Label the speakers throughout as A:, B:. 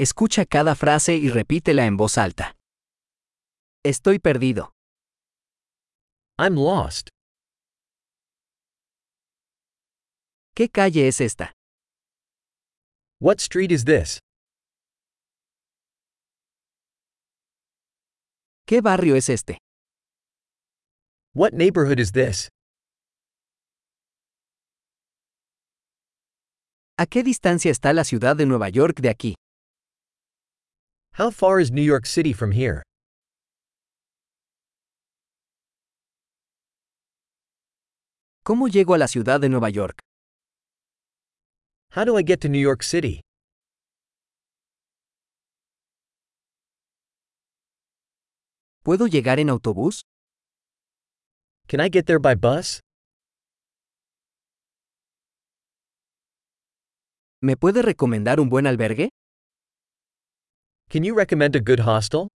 A: Escucha cada frase y repítela en voz alta. Estoy perdido.
B: I'm lost.
A: ¿Qué calle es esta?
B: What street is this?
A: ¿Qué barrio es este?
B: What neighborhood is this?
A: ¿A qué distancia está la ciudad de Nueva York de aquí?
B: How far is New York City from here?
A: ¿Cómo llego a la ciudad de Nueva York?
B: How do I get to New York City?
A: ¿Puedo llegar en autobús?
B: Can I get there by bus?
A: ¿Me puede recomendar un buen albergue?
B: Can you recommend a good hostel?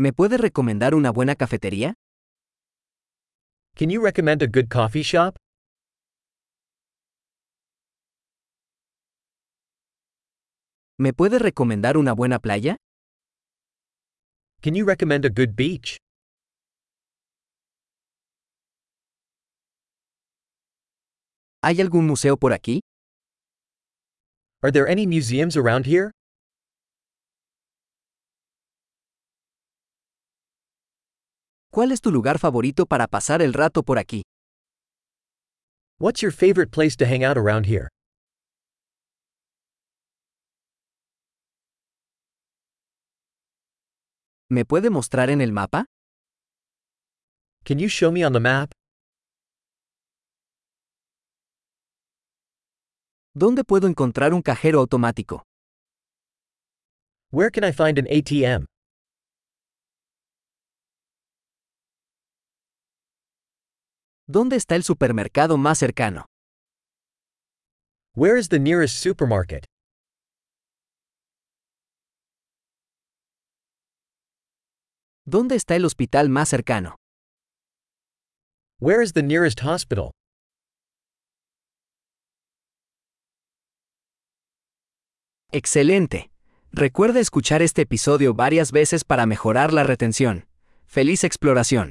A: ¿Me puede recomendar una buena cafetería?
B: Can you recommend a good coffee shop?
A: ¿Me puede recomendar una buena playa?
B: Can you recommend a good beach?
A: ¿Hay algún museo por aquí?
B: Are there any museums around here?
A: ¿Cuál es tu lugar favorito para pasar el rato por aquí?
B: What's your favorite place to hang out around here?
A: ¿Me puede mostrar en el mapa?
B: Can you show me on the map?
A: ¿Dónde puedo encontrar un cajero automático?
B: Where can I find an ATM?
A: ¿Dónde está el supermercado más cercano?
B: Where is the nearest supermarket?
A: ¿Dónde está el hospital más cercano?
B: Where is the nearest hospital?
A: Excelente. Recuerda escuchar este episodio varias veces para mejorar la retención. ¡Feliz exploración!